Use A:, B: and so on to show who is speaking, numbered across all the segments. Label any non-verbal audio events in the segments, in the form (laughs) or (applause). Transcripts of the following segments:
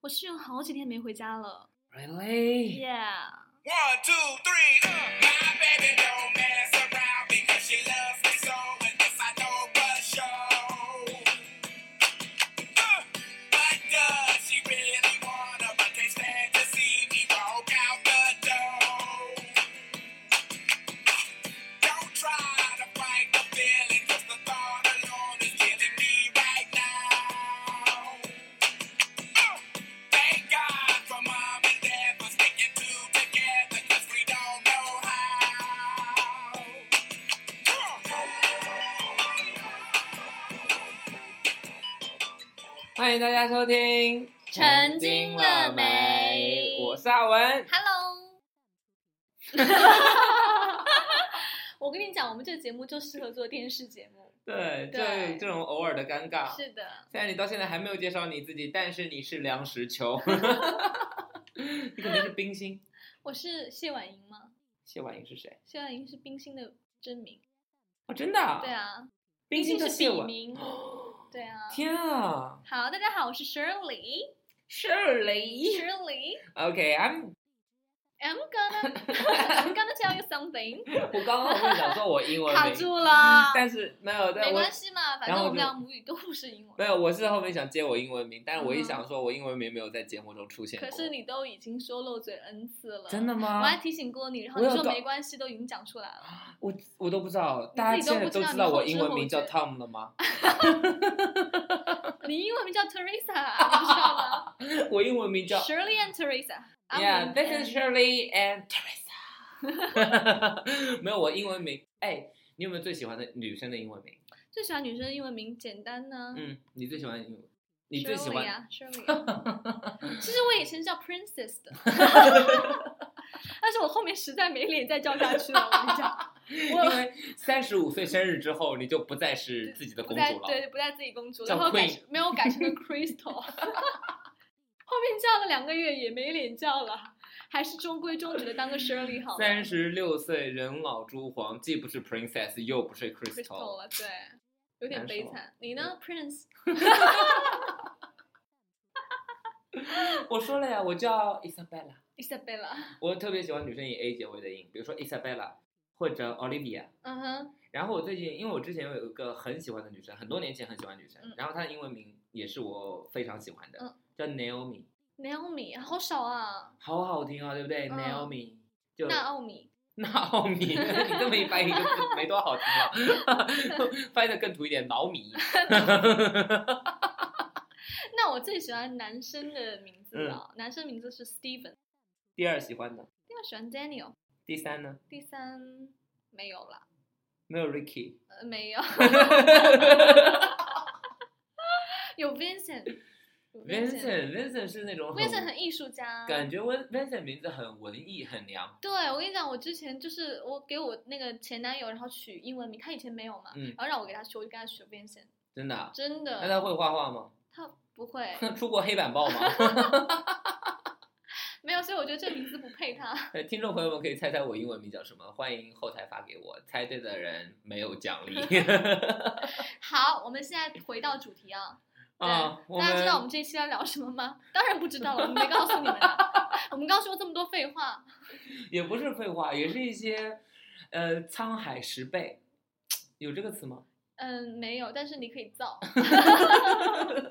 A: 我室友好几天没回家了。
B: Really?
A: Yeah，
B: (laughs)
C: One, two, three, uh. My baby don't mess around because she loves me so, and this I know for sure. Uh. But does she really wanna, but can't stand to see me walk out the door? Don't try to fight the feeling, 'cause the thought alone is killing me right now. Thank God for mom and dad for sticking two together because we don't know how.
B: Yeah. 欢迎大家收听《
A: 成精了没
B: 我是阿文。
A: Hello，我跟你讲，我们这个节目就适合做电视节目。
B: 对，
A: 对
B: 这这种偶尔的尴尬。
A: 是的，
B: 虽然你到现在还没有介绍你自己，但是你是梁实
A: (laughs)
B: 秋，你可能是冰心。
A: 我是谢婉莹吗？
B: 谢婉莹是谁？
A: 谢婉莹是冰心的真名。
B: 哦，真的、啊
A: 对，啊，
B: 冰心
A: 冰
B: 叫
A: 心是
B: 谢
A: 笔
B: 婉。
A: 名对啊。
B: 天啊
A: 好，大家好，我是
B: (laughs)
A: Shirley。
B: ，Shirley。 (laughs)
A: Shirley,
B: OK，I'm、
A: I'm gonna,
B: (laughs)
A: I'm gonna tell you something
B: 我刚刚会想说我英文
A: 卡
B: 名，嗯
A: 住了，
B: 但是没有，但
A: 没
B: 我
A: 关系嘛，反
B: 然
A: 正
B: 后
A: 我们
B: 就
A: 俩母语都不是英文。
B: 没有，我是后面想接我英文名，但是我一
A: 嗯
B: 想说，我英文名没有在节目中出现过。
A: 可是你都已经说漏嘴 n 次了，
B: 真的
A: 我还
B: 吗？
A: 提醒过你，然后
B: 啊我
A: 你
B: 有
A: 说
B: 搞
A: 没关系，都已经讲出来了。
B: 我我都不知道，
A: 你
B: 大家
A: 自己都
B: 现在
A: 不知
B: 都
A: 道
B: 知
A: 你
B: 道
A: 后
B: 我
A: 知
B: 英文
A: 后
B: 名叫
A: 觉啊
B: Tom 了吗？
A: 你英文名叫 Teresa，你不知道吗
B: 我英文名 (laughs) 叫
A: ？Shirley and Teresa。啊
B: Yeah,
A: 哎
B: this is Shirley and
A: (laughs)
B: Teresa 。没有，我英文名，哎，你有没有最喜欢的女生的英文名？
A: 最喜欢女生的英文名简单呢。
B: 嗯，你最喜欢的英文，你最喜
A: Shirley
B: 欢？
A: 啊，Shirley 啊。其实我以前叫 Princess
B: (laughs)
A: 的，但是我后面实在没脸再叫下去了。我跟你
B: (laughs)
A: 讲，
B: 因为三十五岁生日之后，你就不再是自己的
A: 不
B: 公
A: 再
B: 主了。
A: 对不再自己公主，
B: 叫
A: 然后改
B: Queen
A: 成没有改成个 Crystal，后 (laughs) 面叫了两个月也没脸叫了，还是中规中矩的当个 Shirley 好了。
B: 三十六岁人老珠黄，既不是 princess，又不是
A: Crystal 了，对，有点
B: 难
A: 悲
B: 受嗯
A: 惨。你呢，Prince？
B: 我说了呀，我叫 Isabella，
A: Isabella，
B: 我特别喜欢女生以 A 结尾的音，比如说 Isabella 或者 Olivia。
A: 嗯哼，
B: 然后我最近，因为我之前有一个很喜欢的女生，很多年前很喜欢女生，
A: 嗯
B: 然后她的英文名也是我非常喜欢的，
A: 嗯
B: 叫 Naomi，
A: Naomi 好少啊，
B: 好好听啊，对不对、
A: 嗯
B: n a o m i 就
A: 纳
B: (laughs)
A: 奥米，
B: 纳奥米， (laughs) 你这么一翻译就没多好听了， (laughs) 翻译的更土一点，脑米。
A: 那我最喜欢男生的名字
B: 嗯
A: 了，男生名字是 Steven，
B: 第二喜欢的，
A: 第二喜欢 Daniel，
B: 第三呢？
A: 第三没有啦，
B: 没有 Ricky，
A: 呃，没有，有 Vincent，有 Vincent，Vincent
B: Vincent Vincent 是那种
A: 很啊艺术家，
B: 感觉 Vin- Vincent 名字很文艺，很娘。
A: 对，我跟你讲，我之前就是我给我那个前男友，然后取英文名，他以前没有嘛，
B: 嗯
A: 然后让我给他取，我就给他取了 Vincent，
B: 真的啊、
A: 真
B: 那
A: 的，
B: 他会画画吗？
A: 他不会， (laughs)
B: (laughs) 出过黑板报吗？ (laughs)
A: 没有，所以我觉得这名字不配他。
B: 呃听众朋友们可以猜猜我英文名叫什么？欢迎后台发给我，猜对的人没有奖
A: (laughs)
B: 励。
A: 好，我们现在回到主题啊，
B: 啊，我
A: 大家知道我
B: 们
A: 们这一期要聊什么吗？当然不知道了，我们没告诉你们啊， (laughs) 我们刚说这么多废话，
B: 也不是废话，也是一些呃沧海十倍，有这个词吗？
A: 嗯，没有，但是你可以造。 (laughs)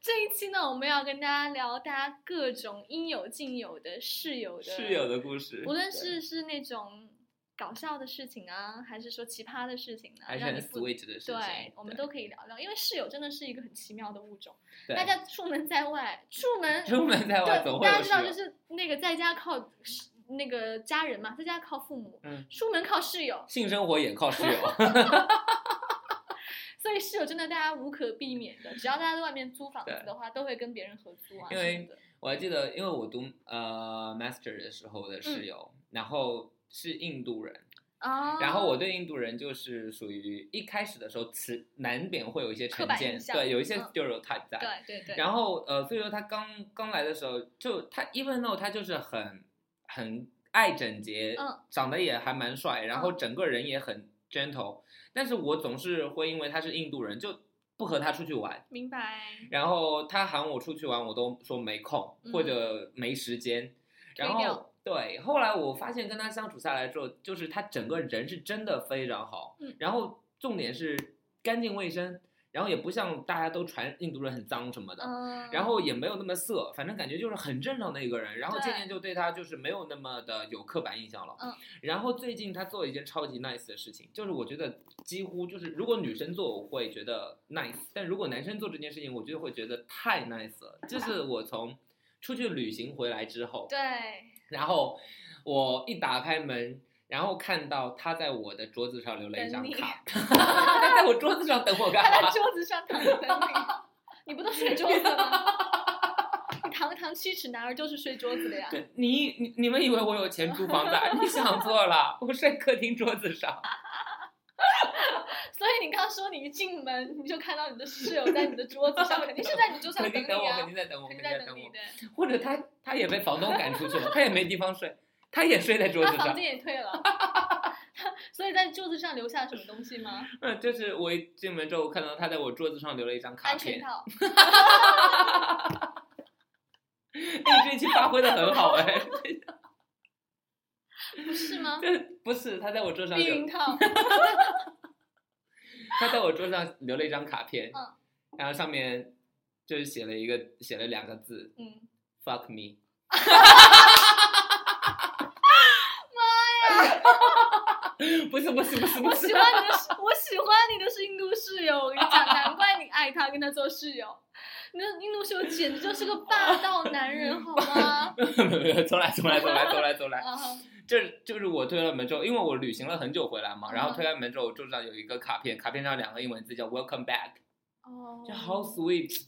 A: 这一期呢，我们要跟大家聊大家各种应有尽有的室友的
B: 室友的故事，
A: 无论是是那种搞笑的事情啊，还是说奇葩的事情啊，
B: 还是
A: 让你
B: 很
A: 不
B: sweet 的事情，
A: 对，我们都可以聊聊，因为室友真的是一个很奇妙的物种。
B: 对
A: 大
B: (laughs)
A: 家出门在外，出门
B: 出门在外总
A: 对，
B: 会有
A: 大家知道
B: 室
A: 就
B: 友
A: 是那个在家靠那个家人嘛，在家靠父母，
B: 嗯
A: 出门靠室友，
B: 性生活也靠室友。 (laughs)
A: 所以室友真的大家无可避免的，只要大家在外面租房子
B: 对
A: 的话，都会跟别人合租啊
B: 因
A: 什
B: 为
A: 么的。
B: 我还记得，因为我读呃 master 的时候
A: 嗯
B: 我的室友，然后是印度人，
A: 啊，
B: 然后我对印度人就是属于一开始的时候，词难免会有一些
A: 刻
B: 成
A: 板
B: 见
A: 印，象
B: 对，有一些
A: 嗯
B: stereotype 在。
A: 对对对，
B: 然后呃，所以说他刚刚来的时候，就他 even though 他就是很很爱整洁，
A: 嗯
B: 长得也还蛮帅，然后整个人也很 gentle，、但是我总是会因为他是印度人，就不和他出去玩。
A: 明白。
B: 然后他喊我出去玩，我都说没空、
A: 嗯
B: 或者没时间。然
A: 推掉
B: 后对，后来我发现跟他相处下来之后，就是他整个人是真的非常好，
A: 嗯
B: 然后重点是干净卫生，然后也不像大家都传印度人很脏什么的。
A: 嗯，
B: 然后也没有那么色，反正感觉就是很正常的一个人。然后渐渐就对他就是没有那么的有刻板印象了。
A: 嗯。
B: 然后最近他做了一件超级 nice 的事情，就是我觉得几乎就是如果女生做我会觉得 nice，但如果男生做这件事情，我就会觉得太 nice 了。就是我从出去旅行回来之后， (laughs)
A: 对，
B: 然后我一打开门。然后看到他在我的桌子上留了一张
A: 等你
B: 卡， (laughs) 他在我桌子上等我干
A: 他在
B: 嘛？
A: 桌子上躺着等你，你不都睡桌子
B: (laughs)
A: 吗？你堂堂七尺男儿就是睡桌子的呀。
B: 对你你你们以为我有钱租房子啊？你想错了，我睡客厅桌子上。
A: 所以你刚说你一进门你就看到你的室友在你的桌子上，肯定是在你桌上
B: (laughs) 肯定等
A: 你
B: 我，肯
A: 啊
B: 定，在等我，
A: 肯定
B: 在
A: 在等
B: 我
A: 你。的。
B: 或者他他也被房东赶出去了，他也没地方睡，他也睡在桌
A: 他
B: 子
A: 房
B: 上
A: (laughs) 间。也退了， (laughs) 所以在桌子上留下什么东西吗？
B: 嗯，就是我一进门之后，我看到他在我桌子上留了一张卡
A: 安全
B: 片。
A: 套。
B: 哎，这期发挥的很好
A: (laughs)
B: 哎。
A: 不是
B: (laughs)
A: 吗？
B: 这不是他在我桌上
A: 避孕
B: 留， (laughs)
A: 套，
B: 他在我桌上留了一张卡片
A: 嗯，
B: 然后上面就是写了一个写了两个字
A: 嗯，
B: “fuck
A: (laughs)
B: me”。不是不是 (laughs) 不是不
A: 我
B: 是
A: 喜，欢你的是，我喜欢你的是印度室友，我跟你讲，难怪你爱他，跟他做室友。你的印度室友简直就是个霸道男人，好吗？
B: 没 (laughs) 有，重来，重来，重来，重来，
A: (laughs)
B: 重来。
A: 啊，
B: 这就是我推了门之后，因为我旅行了很久回来嘛，然后
A: 嗯
B: 推开门之后，我桌上有一个卡片，卡片上两个英文字叫 “Welcome back”， (laughs)
A: 哦，
B: 就好 sweet。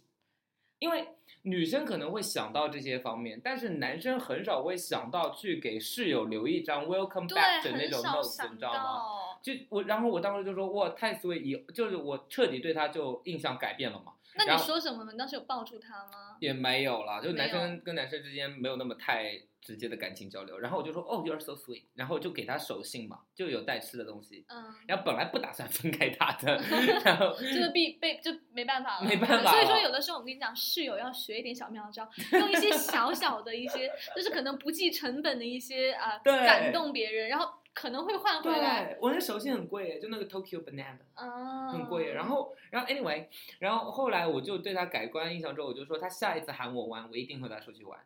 B: 因为女生可能会想到这些方面，但是男生很少会想到去给室友留一张 “Welcome
A: 对，
B: back” 的那
A: 很
B: 种
A: 少
B: note，你
A: 想
B: 知道吗？
A: 到。
B: 就我，然后我当时就说哇，太 sweet，以就是我彻底对他就印象改变了嘛，
A: 那
B: 然
A: 你
B: 后
A: 说什么呢？你当时有抱住他吗？
B: 也没有啦，就
A: 没
B: 男
A: 有
B: 生跟男生之间没有那么太直接的感情交流。然后我就说哦，you're so sweet，然后我就给他手信嘛，就有带吃的东西。
A: 嗯，
B: 然后本来不打算分开他
A: (laughs)
B: 的，然后
A: 这个必被就没办法了，
B: 没办法
A: 所以
B: 了
A: 说，有的时候我跟你讲，室友要学一点小妙招，用一些小小的一些，就是可能不计成本的一些啊、
B: 对
A: 感动别人，然后可能会换回来。
B: 对我那手信很贵耶，就那个 Tokyo Banana
A: 啊，
B: 很贵耶。然后然后 anyway，然后后来我就对他改观印象之后，我就说他下一次喊我玩，我一定和他出去玩。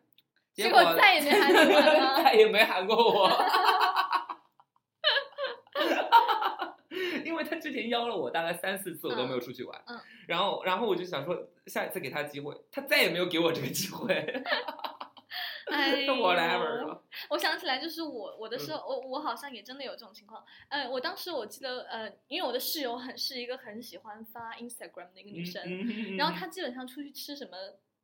A: 结
B: 果
A: 果再也没 (laughs) 喊你玩
B: (laughs)
A: 了。
B: 再也没喊过我。因为他之前邀了我大概三四次，我都没有出去玩。
A: 嗯嗯
B: 然后，然后我就想说，下一次给他机会，他再也没有给我这个机会。
A: 哎呦
B: (laughs) Whatever 了。嗯
A: 我想起来，就是我我的时候，我我好像也真的有这种情况。呃，我当时我记得，呃，因为我的室友很是一个很喜欢发 Instagram 的一个女生，
B: 嗯
A: 然后她基本上出去吃什么，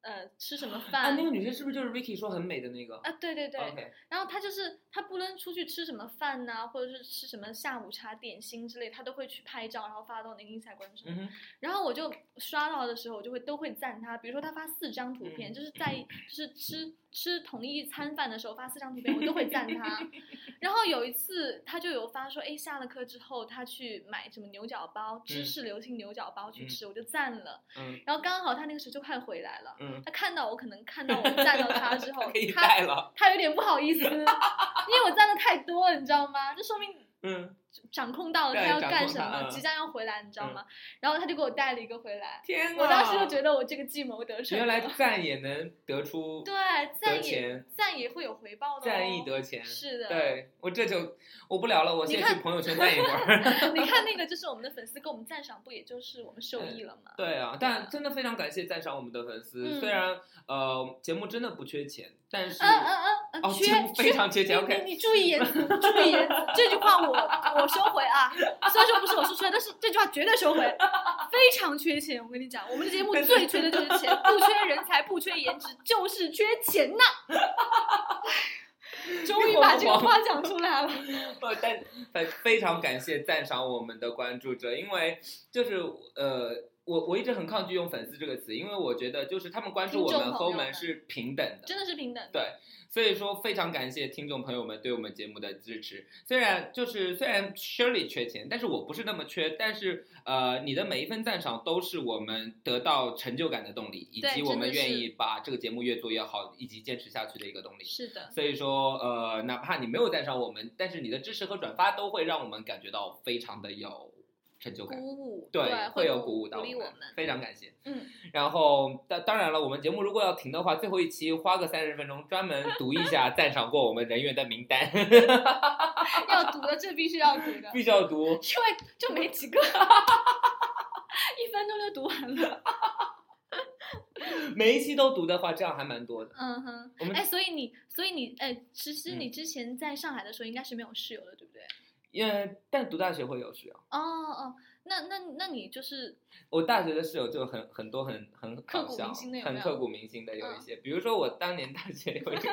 A: 呃，吃什么
B: 啊，
A: 饭
B: 那个女生哦是不是就是 Ricky 说很美的那个
A: 啊，对对对。
B: ？OK，
A: 然后他就是他不论出去吃什么饭呐、或者是吃什么下午茶、点心之类，他都会去拍照，然后发到那个 Instagram 上。
B: 嗯哼，
A: 然后我就刷到的时候，我就会都会赞他，比如说他发四张图片，
B: 嗯
A: 就是在就是吃吃同一餐饭的时候发四张图片，我都会赞
B: (laughs)
A: 他。然后有一次他就有发说，哎，下了课之后他去买什么牛角包，芝
B: 嗯
A: 士流心牛角包去
B: 嗯
A: 吃，我就赞了。
B: 嗯
A: 然后刚好他那个时候就快回来了。
B: 嗯，
A: 他看到我，可能看到我赞到他之
B: (laughs)
A: 后，
B: 可以
A: 哦他
B: 带了，
A: 他有点不好意
B: (laughs)
A: 思，因为我赞的太多了，你知道吗？这说明
B: 嗯，
A: 掌控到了他
B: 对
A: 要
B: 掌
A: 干
B: 控
A: 什
B: 到
A: 么，
B: 嗯
A: 即将要回来，你知道吗？然后他就给我带了一个回来，
B: 天哪！
A: 我当时就觉得我这个计谋得逞
B: 原来
A: 了。
B: 赞也能得出
A: 对，
B: 得
A: 赞也
B: 钱，
A: 赞也会有回报的、哦，
B: 赞意得钱，
A: 是的，。
B: 对我这就我不聊了，我
A: 你
B: 先
A: 看
B: 去朋友圈站一会儿。
A: (laughs) 你看那个，就是我们的粉丝给我们赞赏，不也就是我们受益了吗？
B: 对啊，但真的非常感谢赞赏我们的粉丝，
A: 嗯
B: 虽然呃节目真的不缺钱，但是、
A: 嗯嗯嗯
B: 哦
A: 嗯，
B: 节目
A: 缺
B: 非
A: 缺。
B: 常缺
A: 你
B: 钱。OK，
A: 你你注意言辞，注意言辞，这句话我我收回啊。虽然说不是我说出来，但是这句话绝对收回，非常缺钱。我跟你讲，我们的节目最缺的就是钱，不缺人才，不缺颜值，就是缺钱
B: (laughs)
A: 呐、唉终于把这个话讲出来了。
B: (laughs) 不，但反非常感谢赞赏我们的关注者，因为就是呃，我我一直很抗拒用粉丝这个词，因为我觉得就是他们关注我
A: 听
B: 们
A: 众
B: 和
A: 朋
B: 我
A: 友
B: 们
A: 们
B: 是平等的，
A: 真的是平等的。
B: 对，所以说非常感谢听众朋友们对我们节目的支持。虽然就是虽然 Shirley 缺钱，但是我不是那么缺，但是呃，你的每一份赞赏都是我们得到成就感的动力，以
A: 对
B: 及
A: 真
B: 我们
A: 的
B: 愿
A: 是
B: 意把这个节目越做越好，以及坚持下去的一个动力。
A: 是的，
B: 所以说，呃，哪怕你没有赞赏我们，但是你的支持和转发都会让我们感觉到非常的有成就
A: 鼓
B: 感。
A: 舞
B: 会
A: 会
B: 有鼓舞到
A: 励
B: 我
A: 我
B: 们
A: 们。
B: 非常感谢。
A: 嗯，
B: 然后当当然了，我们节目如果要停的话，最后一期花个三十分钟专门读一
A: (laughs)
B: 下赞赏过我们人员的名单，
A: 要读的这必须要读
B: (laughs)
A: 的，
B: 必须要读。
A: 因为就没几个， (laughs) 一分钟就读完了。
B: 每一期都读的话，这样还蛮多的。
A: 嗯哼
B: 我们，
A: 哎，所以你，所以你，哎，其实
B: 嗯
A: 你之前在上海的时候应该是没有室友的，对不
B: (laughs)
A: 对？
B: 嗯，但读大学会有室友，
A: 哦哦，那那那你就是 (laughs)
B: 我大学的室友就很很多很很
A: 刻
B: 搞
A: 骨
B: 笑
A: 铭心的有
B: 很
A: 没有
B: 刻骨铭心的有一
A: 嗯
B: 些，比如说我当年大学有
A: (laughs)
B: 一个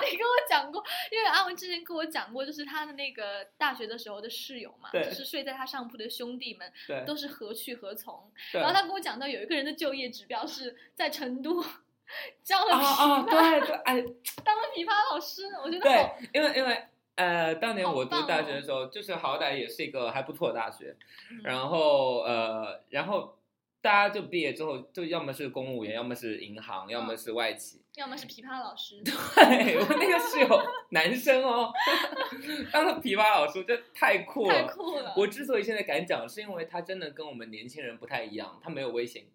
A: 你跟我讲过，因为阿文之前跟我讲过，就是他的那个大学的时候的室友嘛，
B: 对
A: 就是睡在他上铺的兄弟们
B: 对
A: 都是何去何从。
B: 对
A: 然后他跟我讲到有一个人的就业指标是在成都 (laughs) 教了
B: 啊
A: 琵琶，
B: 啊对对哎
A: (laughs) 当了琵琶老师，我觉得
B: 对
A: 好，
B: 因为因为呃，当年
A: 好
B: 我读
A: 棒
B: 大
A: 哦
B: 学的时候，就是好歹也是一个还不错的大学，
A: 嗯
B: 然后呃，然后大家就毕业之后，就要么是公务员，要么是银行，要么
A: 嗯
B: 是外企。 (laughs)
A: 要么是琵琶老师，
B: 对我那个室友男生哦， (laughs) 当了琵琶老师，这太酷
A: 太
B: 了。
A: 酷了。
B: 我之所以现在敢讲，是因为他真的跟我们年轻人不太一样，他没有微信，，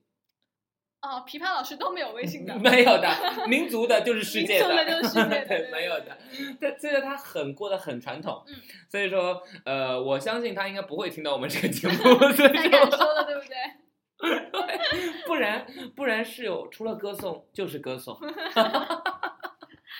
A: 哦，琵琶老师都没有微信的
B: (laughs) 没有
A: (laughs)
B: 的，民族的就是世界
A: 民族的就是世界的
B: (laughs) 对
A: 对，
B: 没有的。但这个他很过得很传统，
A: 嗯
B: 所以说呃，我相信他应该不会听到我们这个
A: (laughs)
B: 节目，所以
A: 太
B: 说
A: 敢说了，对不对？
B: (laughs) 不然不然室友除了歌颂就是歌颂， (laughs)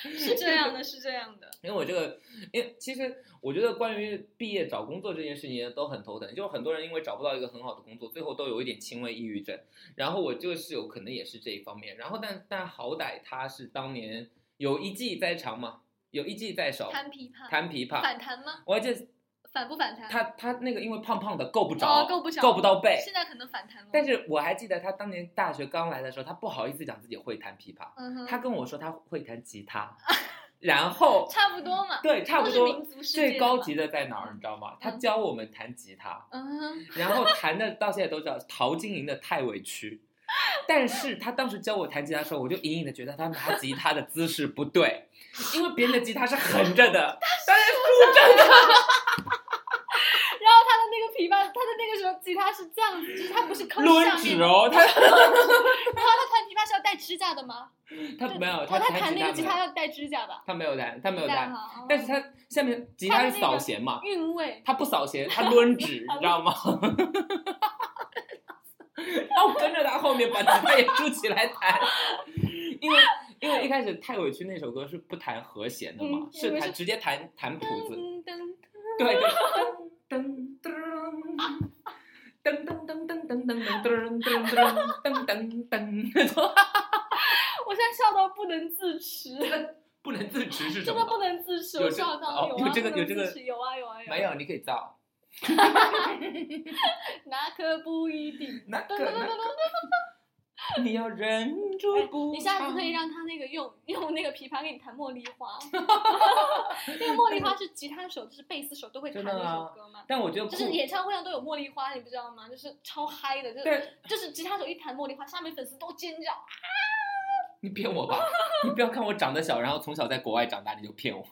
A: 是这样的，是这样
B: (laughs)
A: 的。
B: 因为我这个，因为其实我觉得关于毕业找工作这件事情都很头疼，就是很多人因为找不到一个很好的工作，最后都有一点轻微抑郁症。然后我这个室友可能也是这一方面，然后但但好歹他是当年有一技在长嘛，有一技在手，
A: 弹琵琶，
B: 弹琵琶。
A: 反弹吗？
B: 我还记得
A: 反不反弹？
B: 他他那个因为胖胖的够不着，
A: 哦，够不着，
B: 够不到背。
A: 现在可能反弹了。
B: 但是我还记得他当年大学刚来的时候，他不好意思讲自己会弹琵琶，
A: 嗯哼，
B: 他跟我说他会弹
A: (laughs)
B: 吉他，然后
A: 差不多嘛，
B: 对，差不
A: 都是
B: 多
A: 民。族世界
B: 最
A: 的
B: 高
A: 嘛
B: 级。的在哪儿，你知道吗？他
A: 嗯
B: 教我们弹吉他，
A: 嗯哼，
B: 然后弹的到现在都叫陶晶莹的《太委屈》，但是他当时教我弹吉他的时候，我就隐隐的觉得他拿吉他的姿势不对，因为别人的吉他是横
A: (laughs)
B: 着的，当然竖着的。
A: 然后他的那个琵琶，他的那个时候吉他是这样子，就是他不是抠
B: 抡
A: 下面
B: 指
A: 的，
B: 哦，他
A: 然后他弹琵琶是要带指甲的吗？
B: 他 (laughs) 没有，
A: 哦，他
B: 弹
A: 弹那个
B: 吉
A: 吉
B: 他没
A: 他
B: 有，
A: 要带指甲吧？
B: 他没有弹，他没有
A: 带
B: 弹，
A: 哈，哦
B: 但是他下面吉
A: 他
B: 他
A: 的
B: 是
A: 那
B: 扫
A: 个
B: 弦嘛，
A: 韵味，
B: 他不扫弦，他抡指，你知道吗？然后跟着他后面把吉他也竖起来弹，因为因为一开始太委屈那首歌是不弹和弦的嘛，
A: 嗯
B: 是
A: 因为
B: 弹
A: 是
B: 直接弹弹谱子，
A: 噔噔，
B: 对，就是噔噔噔噔噔噔噔噔噔噔噔噔噔噔噔，
A: 我现在笑到不能自持，
B: 不能自持
A: (laughs)
B: 是什
A: 真的不
B: 么？
A: 能自持，
B: 有
A: 我
B: 这
A: 笑到
B: 哦
A: 啊，
B: 有这个
A: 不能
B: 有这个
A: 自持有啊有啊有啊，
B: 没有，你可以造。
A: 那可不一定。
B: 那
A: 噔
B: 个
A: 噔
B: 那
A: 噔噔
B: 个，你要忍住不
A: 你下次可以让他那个用 (laughs) 用那个琵琶给你弹《茉莉
B: (laughs)
A: 花》，那个《茉莉花》是吉他手、就是贝斯手都会弹
B: 真的
A: 那
B: 啊
A: 首歌嘛。
B: 但我觉得
A: 就是
B: 酷
A: 演唱会上都有《茉莉花》，你不知道吗？就是超嗨的，就是
B: 对，
A: 就是吉他手一弹《茉莉花》，下面粉丝都尖 (laughs) 叫。
B: 你骗我吧！你不要看我长得小，然后从小在国外长大，你就骗我。 (laughs)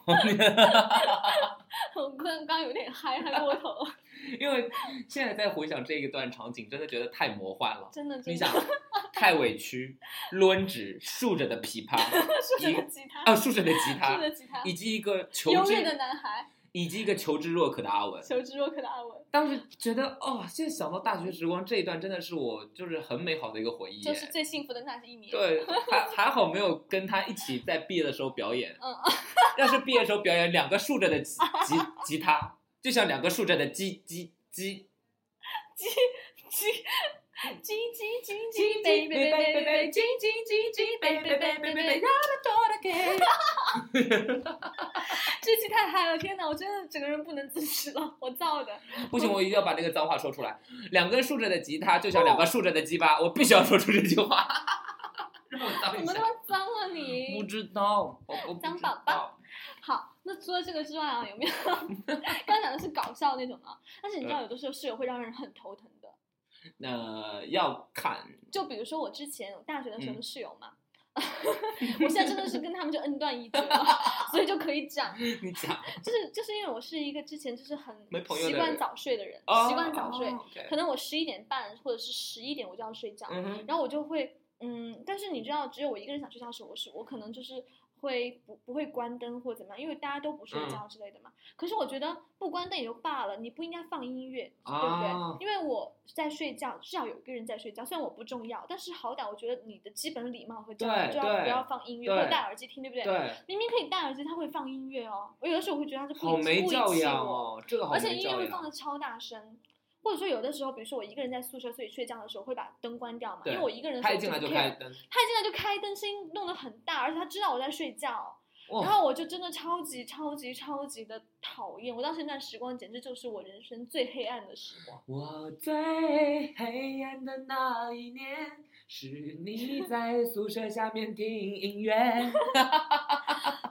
A: 我刚刚有点嗨，嗨过头，
B: 因为现在再回想这一段场景，真的觉得太魔幻了。
A: 真的
B: 你
A: 真的
B: 想。，
A: (laughs)
B: 太委屈，抡指竖着的琵琶，
A: 竖
B: 一
A: 着的吉他，
B: 啊，竖着的吉
A: 竖
B: 他，
A: 着吉他，
B: 以及一个求
A: 优
B: 知
A: 越，的男孩，
B: 以及一个求知若渴的阿文。
A: 求知若渴的阿文，
B: 当时觉得哦，现在想到大学时光这一段，真的是我就是很美好的一个回忆耶。
A: 就是最幸福的那一年。
B: 对，还还好没有跟他一起在毕业的时候表演。
A: 嗯，
B: (laughs) 要是毕业的时候表演两个竖着的吉吉吉他，就像两个竖着的鸡鸡鸡。
A: 叽叽叽叽叽，贝贝贝贝贝，叽叽叽叽，贝贝贝贝贝。这期太嗨了，天哪，我真的整个人不能自持了，我造的。
B: 不行，我一定要把那个脏话说出来。两根竖着的吉他就像
A: 哦
B: 两个竖着的鸡巴，我必须要说出这句话。 (laughs) 让我当
A: 怎
B: 一
A: 么
B: 下
A: 那。么脏啊
B: 不
A: 你？
B: 知道，我我不
A: 脏
B: 知
A: 宝
B: 道
A: 宝。好，那除了这个之外啊，有没有刚讲的是搞笑那种啊？但是你知道，有的时候室友会让人很头疼的。
B: 那要看，
A: 就比如说我之前我大学的时候的
B: 嗯
A: 室友嘛，我现在真的是跟他们就恩断义绝了，所以就可以讲，
B: 你讲
A: 就是就是因为我是一个之前就是很
B: 没朋友的
A: 习惯
B: 人
A: 早睡的人，
B: 哦
A: 习惯早睡，
B: 哦，OK
A: 可能我十一点半或者是十一点我就要睡觉，
B: 嗯哼，
A: 然后我就会嗯，但是你知道，只有我一个人想睡觉的时候，我是我可能就是。会不不会关灯或怎么样？因为大家都不睡
B: 嗯
A: 觉之类的嘛。可是我觉得不关灯也就罢了，你不应该放音乐，对不
B: 啊
A: 对？因为我在睡觉，至少有一个人在睡觉，虽然我不重要，但是好歹我觉得你的基本礼貌和教育
B: 对
A: 就要不
B: 对
A: 要放音乐
B: 对
A: 或者戴耳机听，对不对？
B: 对，
A: 明明可以戴耳机，他会放音乐哦。我有的时候会觉得他是
B: 好
A: 故意
B: 没
A: 故意
B: 教
A: 气
B: 养
A: 我，
B: 哦，这个好
A: 而且
B: 没
A: 音乐
B: 教
A: 会放
B: 养
A: 的。超大声。或者说有的时候，比如说我一个人在宿舍，所以睡觉的时候会把灯关掉嘛，因
B: 对
A: 为我一个人的时
B: 他
A: 候
B: 一
A: 我
B: 进来
A: 不
B: 就
A: care
B: 开灯，
A: 他一进来就开灯，声音弄得很大，而且他知道我在睡觉，然
B: 哇，
A: 后我就真的超级超级超级的讨厌。我当时那段时光简直就是我人生最黑暗的时光。
B: 我最黑暗的那一年，是你在宿舍下面听音乐。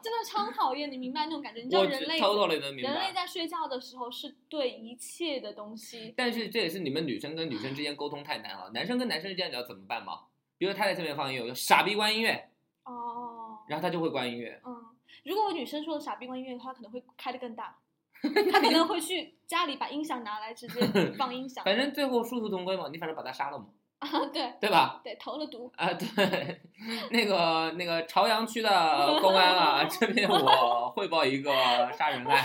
A: 真的超讨厌，你明白那种感 (laughs) 觉？你知道
B: 我
A: 人类
B: 偷偷的能明
A: 人类
B: 白，
A: 在睡觉的时候是对一切的东西，
B: 但是这也是你们女生跟女生之间沟通太难了，男生跟男生之间你要怎么办嘛？比如他在前面放音乐，我就傻逼关音乐，
A: 哦，
B: 然后他就会关音乐。
A: 嗯，如果我女生说傻逼关音乐，她可能会开的更
B: (laughs)
A: 大，她可能会去家里把音响拿来直接放音响，
B: (laughs) 反正最后殊途同归嘛，你反正把他杀了嘛，
A: (laughs) 对
B: 对吧？
A: 对投了毒，
B: 啊，对， (laughs) 那个那个朝阳区的公
A: (laughs)
B: 安啊，这边我汇报一个杀人案。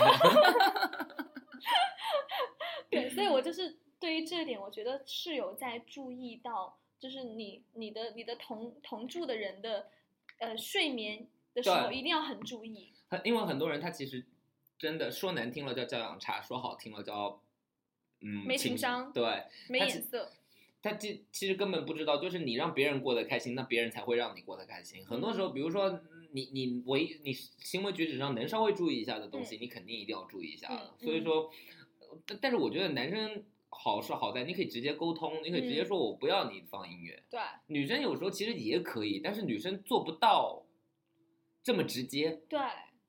A: 对，所以我就是对于这点，我觉得室友在注意到，就是你你的你的同同住的人的呃睡眠的时候，
B: 对
A: 一定要很注意，
B: 很因为很多人他其实真的说难听了叫教养差，说好听了叫嗯
A: 没情商
B: 对，
A: 没
B: 他
A: 眼
B: 其
A: 色，
B: 他其其实根本不知道，就是你让别人过得开心，那别人才会让你过得开心。很多时候，比如说嗯你你唯一你行为举止上能稍微注意一下的东西，你肯定一定要注意一下的。
A: 嗯
B: 所以
A: 嗯
B: 说，呃但但是我觉得男生好是好在你可以直接沟通，你可以直接
A: 嗯
B: 说我不要你放音乐。
A: 对，
B: 女生有时候其实也可以，但是女生做不到这么直接，
A: 对，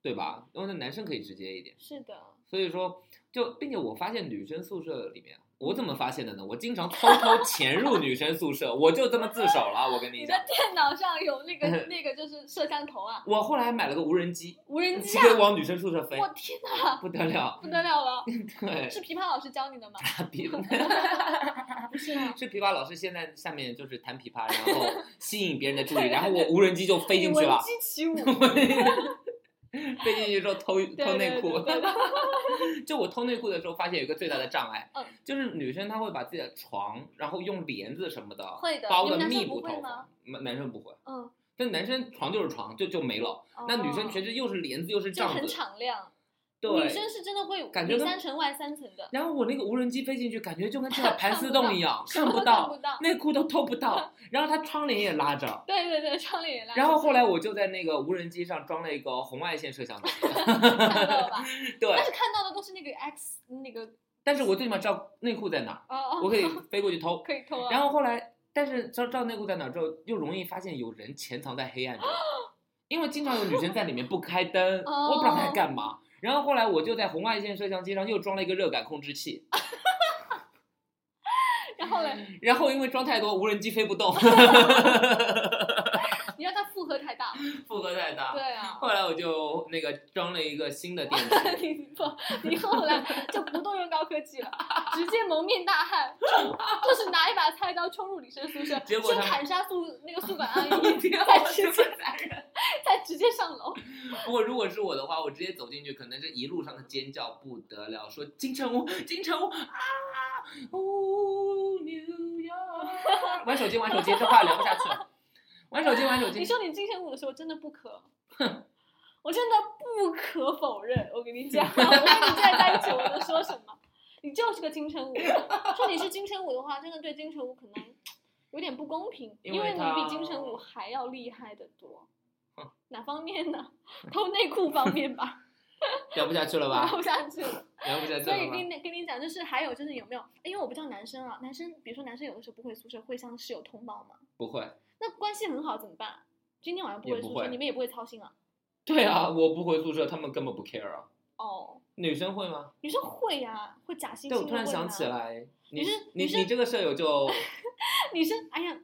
B: 对吧？因为那男生可以直接一点。
A: 是的。
B: 所以说，就并且我发现女生宿舍里面，我怎么发现的呢？我经常偷偷潜入女生宿舍，我就这么自首了。我跟你
A: 你
B: 讲
A: 的，电脑上有那
B: (laughs)
A: 个那个就是摄像头啊，
B: 我后来还买了个无人机，
A: 无人机
B: 直
A: 啊！
B: 接往女生宿舍飞，
A: 我天哪，
B: 不得了。
A: 不得了了！
B: (laughs) 对，
A: 是琵琶老师教你的
B: (laughs)
A: 吗？
B: 傻逼。
A: 不是啊，
B: 是琵琶老师现在下面就是弹琵琶，然后吸引别人的注意，然后我无人机就飞进去了
A: 闻，鸡起舞。
B: (laughs) 飞进去之后偷
A: 对
B: 偷内裤。
A: 对对对对
B: (laughs) 就我偷内裤的时候，发现有一个最大的障碍，
A: 嗯
B: 就是女生她会把自己的床，然后用帘子什么的
A: 会的
B: 包
A: 你
B: 的
A: 们男
B: 密
A: 生
B: 不
A: 不会
B: 透
A: 吗
B: 风。男生不会，
A: 嗯，
B: 但男生床就是床，就就没了。那女生全
A: 哦
B: 是又是帘子又是
A: 就
B: 帐
A: 很
B: 子，
A: 敞亮，
B: 对。
A: 女生是真的会
B: 感觉
A: 里
B: 跟
A: 三层外三层的，
B: 然后我那个无人机飞进去，感觉就跟
A: (laughs)
B: 进了盘丝洞一样，看不
A: 都看
B: 到，
A: 不到。
B: 内裤都偷不
A: (laughs)
B: 到，然后她窗帘也拉着。
A: 对对对，窗帘也拉着。
B: 然后后来我就在那个无人机上装了一个红外线摄像头， (laughs)
A: 看到 (laughs) 了吧？
B: 对
A: 但，是看到的都是那个 X 那个
B: 但是我最起码知道内裤在哪儿，
A: 哦，哦
B: 我可以飞过去
A: (laughs)
B: 偷。
A: 可以偷啊。
B: 然后后来，但是知道内裤在哪儿之后，又容易发现有人潜藏在
A: (laughs)
B: 黑暗中，因为经常有女生在里面不开灯，我不知道
A: 哦
B: 她在干嘛。然后后来我就在红外线摄像机上又装了一个热感控制器，
A: 然后嘞，
B: 然后因为装太多，无人机飞
A: (laughs)
B: 不动，
A: 你让它负荷太
B: (laughs)
A: 大。
B: 负荷太大。
A: 对啊。 (laughs)
B: 后来我就那个装了一个新的电池，
A: 你不，你后来就不动用高科技
B: (laughs)
A: 了，直接蒙面大汉，冲就是拿一把菜刀冲入女生宿舍，
B: 结果
A: 去
B: 他们
A: 砍杀宿那个宿管
B: (laughs)
A: 阿姨，
B: 天
A: 再
B: 啊
A: 直接再直接上楼。
B: (laughs) 不过如果是我的话，我直接走进去，可能这一路上的尖叫不得了，说金城武，金城武啊，哦，牛呀！ (laughs) 玩手机，玩手机，这话聊不下去了。 (laughs) 玩手机，玩手
A: 你
B: 机，
A: 说你金城武的时候真的不可，我真的不可否认。我跟你
B: (laughs)
A: 讲，我跟你在在一起，我能说什么？你就是个金城武。说你是金城武的话，真的对金城武可能有点不公平，
B: 因
A: 因
B: 为
A: 为你
B: 他
A: 比金城武还要厉害得多
B: 哼。
A: (laughs)
B: (laughs)
A: 哪方面呢？偷内裤方面吧。
B: 聊不下去了吧
A: 聊？不下去了。
B: 聊不下去
A: 所
B: 了
A: 以
B: 吧？
A: 跟你跟你讲，就是还有就是有没有？因为我不知道男生啊，男生比如说男生有的时候不回宿舍，会向室友通报吗？
B: 不会，
A: 那关系很好怎么办？啊今天晚上不回
B: 也不
A: 宿
B: 会
A: 舍，你们也不会操心啊？
B: 对啊，我不回宿舍，他们根本不 care 啊。
A: 哦，
B: 女生会吗？
A: 女生会呀、会假惺惺。啊
B: 对，我突然想起，来，你
A: 女生
B: 你
A: 女生
B: 你这个舍
A: (laughs)
B: 友就
A: 女生，哎呀，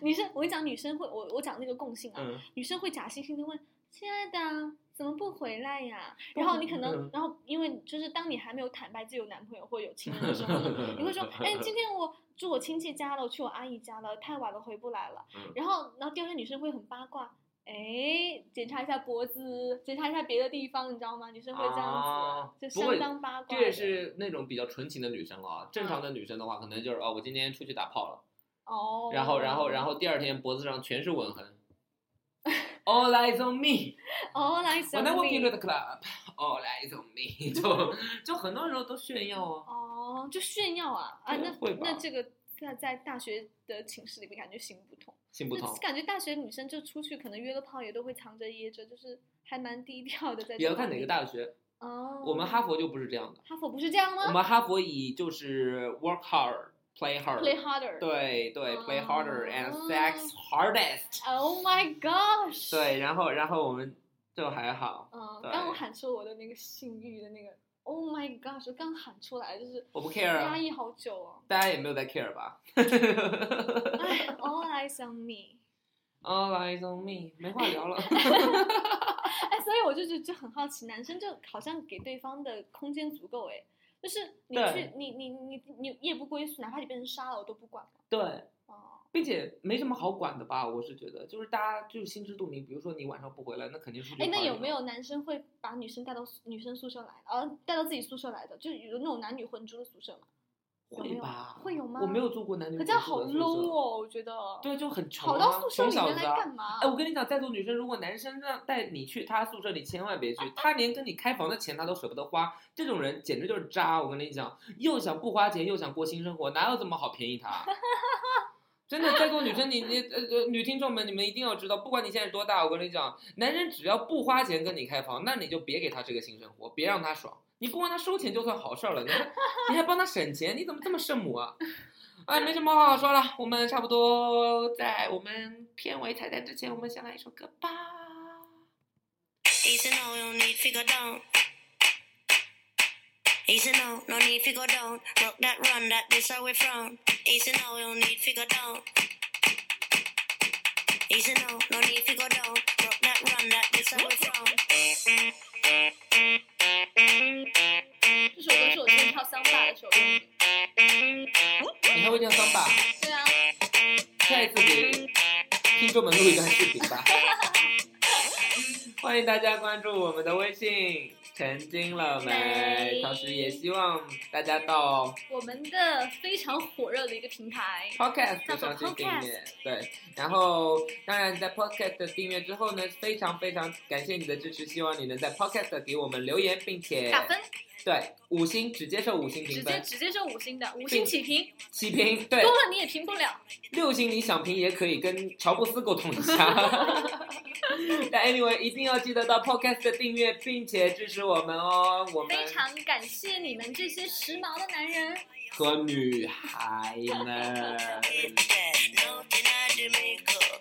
A: 女生，我跟你讲，女生会，我我讲那个共性啊，
B: 嗯，
A: 女生会假惺惺的问：“亲爱的，怎么不回来呀？”然后你可能，
B: 嗯
A: 然后因为就是当你还没有坦白自己有男朋友或者有情
B: (laughs)
A: 人的时候呢，你会说：“哎，今天我住我亲戚家了，我去我阿姨家了，太晚了回不来了。
B: 嗯
A: 然后，然后第二天女生会很八卦。哎，检查一下脖子，检查一下别的地方，你知道吗？女生会这样子，
B: 啊
A: 就
B: 不过
A: 相当八卦
B: 这
A: 的。
B: 也是那种比较纯情的女生了啊。正常的女生的话，可能就是哦，我今天出去打炮了，
A: 哦，
B: 然后然后然后第二天脖子上全是
A: (laughs)
B: 吻痕。All eyes on me.
A: 哦，来
B: When I walk into the club, 哦 all eyes on me. 就就很多时候都炫耀啊。
A: 哦，就炫耀啊啊！
B: 对
A: 那
B: 会吧
A: 那这个在在大学的寝室里面感觉行不通，
B: 行不通
A: 就，感觉大学女生就出去可能约个炮也都会藏着掖着，就是还蛮低调的在。
B: 也要看哪个。大学。
A: 哦，
B: 我们哈佛就不是这样的，
A: 哈佛不是这样
B: 我
A: 吗
B: 们哈佛以就是 work hard, play hard。
A: ？Play 啊 harder。。
B: 对对，play harder and sex
A: 哦
B: hardest。
A: Oh my gosh。。
B: 对，然后然后我们就还好，
A: 嗯，
B: 对
A: 刚我喊出我的那个性欲的那个，Oh my gosh，我刚喊出来就是
B: 我不 care
A: 压
B: 啊，
A: 抑好久
B: (laughs)
A: 哦。
B: 大家也没有在 care 吧 (laughs)
A: 哎，All eyes on me。
B: ？All eyes on me，没话聊了。 (laughs)
A: 哎，所以我就就就很好奇，男生就好像给对方的空间足够哎，就是你
B: 对
A: 去你你你你夜不归宿，哪怕你被人杀了，我都不管了。
B: 对，
A: 哦，
B: 并且没什么好管的吧？我是觉得，就是大家就是心知肚明。比如说你晚上不回来，那肯定是
A: 哎，那有没有男生会把女生带到宿女生宿舍来，呃，带到自己宿舍来的？就有那种男女混住的宿舍嘛？有没
B: 会
A: 有
B: 吧？
A: 会有吗
B: 我没有做过男女，
A: 可这样好 low！哦，我觉得。
B: 对，就很穷
A: 跑
B: 啊，
A: 到宿舍
B: 穷
A: 里
B: 小
A: 面
B: 子
A: 来
B: 啊。
A: 干嘛？
B: 哎，我跟你讲，在座女生，如果男生让带你去他宿舍，你千万别去，他连跟你开房的钱他都舍不得花，这种人简直就是渣。我跟你讲，又想不花钱，又想过新生活，哪有这么好便宜他？ (laughs) 真的，在座女生，你你呃呃，女听众们，你们一定要知道，不管你现在多大，我跟你讲，男人只要不花钱跟你开房，那你就别给他这个新生活，别让他爽。你不帮他收钱就算好事儿了，你还你还帮他省钱，你怎么这么圣母啊？哎，没什么好说了，我们差不多在我们片尾彩蛋之前，我们先来一首歌吧。
D: He said no, no need to go down. He said no, no need to go down. Rock that run that this away from. He said no, no need to go down. He said no, no need to go down. Rock that run that this away from.
A: 这首歌是我之前跳桑巴
B: 哎
A: 的时候用的。
B: 你还会跳桑巴？
A: 对啊，
B: 下一次给听众们录一段视频吧。 (laughs) 欢迎大家关注我们的微信“成精了没”，
A: 没
B: 同时也希望大家到
A: 我们的非常火热的一个平台。
B: Podcast
A: 叫做
B: 上去订
A: Podcast
B: 阅。对，然后当然在 Podcast 的订阅之后呢，非常非常感谢你的支持，希望你能在 Podcast 给我们留言，并且
A: 打分
B: 对五星只接受五星
A: 直
B: 评
A: 接
B: 分，
A: 直接就五星的，五星起评，
B: 起评对
A: 多。了你也评不了。
B: 六星你想评也可以跟乔布斯沟通
A: (laughs)
B: 一下。但 anyway，一定要记得到 Podcast 的订阅，并且支持我们哦。我们
A: 非常感谢你们这些时髦的男人。
B: 和女孩们。
D: Nothing I do make up.